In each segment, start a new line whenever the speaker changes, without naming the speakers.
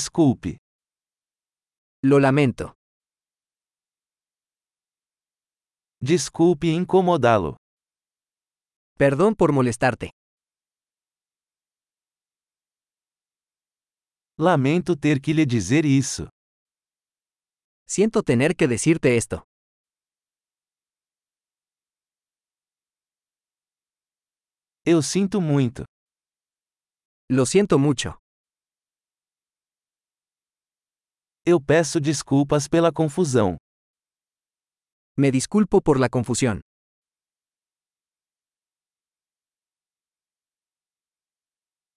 Desculpe.
Lo lamento.
Desculpe incomodá-lo.
Perdón por molestarte.
Lamento ter que lhe dizer isso.
Siento tener que decirte esto.
Eu sinto muito.
Lo siento mucho.
Eu peço desculpas pela confusão.
Me disculpo por la confusión.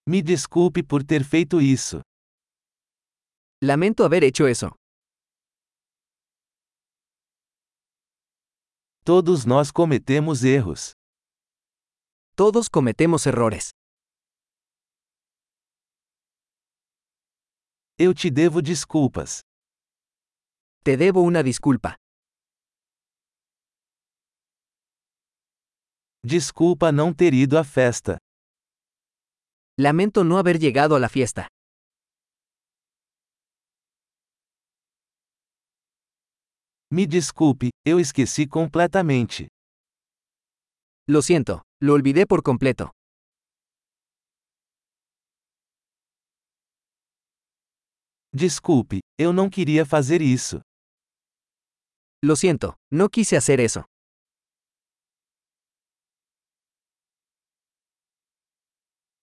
Me desculpe por ter feito isso.
Lamento haber hecho eso.
Todos nós cometemos erros.
Todos cometemos errores.
Eu te devo desculpas.
Te debo una disculpa.
Desculpa não ter ido à festa.
Lamento no haber llegado a la fiesta.
Me desculpe, eu esqueci completamente.
Lo siento, lo olvidé por completo.
Desculpe, eu não queria fazer isso.
Lo siento, no quise hacer eso.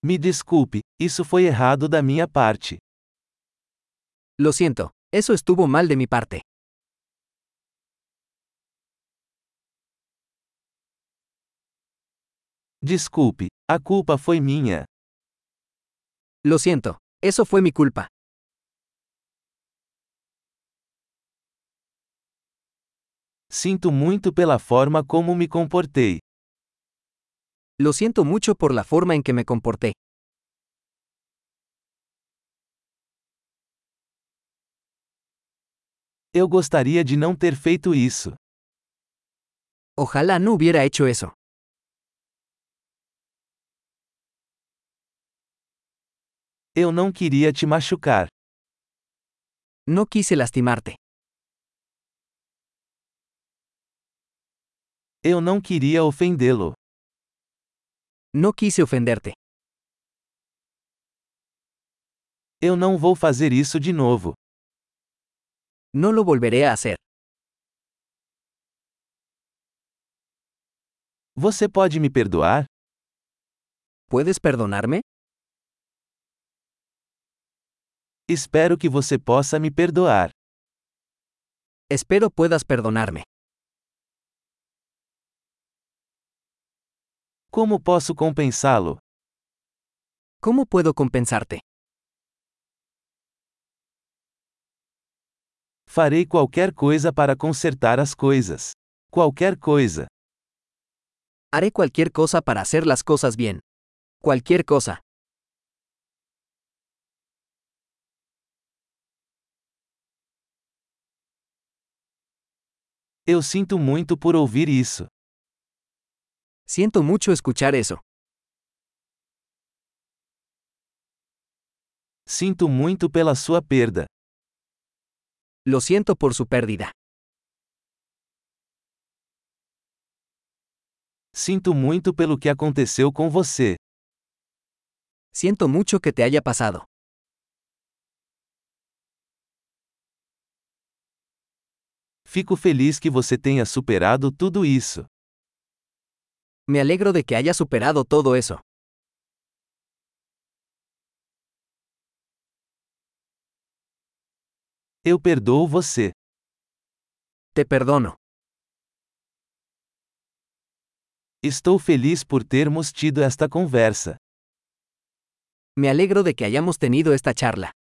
Me desculpe, isso foi errado da minha parte.
Lo siento, eso estuvo mal de mi parte.
Desculpe, a culpa foi minha.
Lo siento, eso fue mi culpa.
Sinto muito pela forma como me comportei.
Lo siento mucho por la forma en que me comporté.
Eu gostaria de não ter feito isso.
Ojalá no hubiera hecho eso.
Eu não queria te machucar.
No quise lastimarte.
Eu não queria ofendê-lo.
No quise ofenderte.
Eu não vou fazer isso de novo.
No lo volveré a hacer.
Você pode me perdoar?
¿Puedes perdonarme?
Espero que você possa me perdoar.
Espero puedas perdonarme.
Como posso compensá-lo?
¿Cómo puedo compensarte?
Farei qualquer coisa para consertar as coisas. Qualquer coisa.
Haré cualquier cosa para hacer las cosas bien. Cualquier cosa.
Eu sinto muito por ouvir isso.
Siento mucho escuchar eso.
Sinto muito pela sua perda.
Lo siento por su pérdida.
Sinto muito pelo que aconteceu com você.
Siento mucho que te haya pasado.
Fico feliz que você tenha superado tudo isso.
Me alegro de que haya superado todo eso.
Eu perdoo você.
Te perdono.
Estou feliz por termos tido esta conversa.
Me alegro de que hayamos tenido esta charla.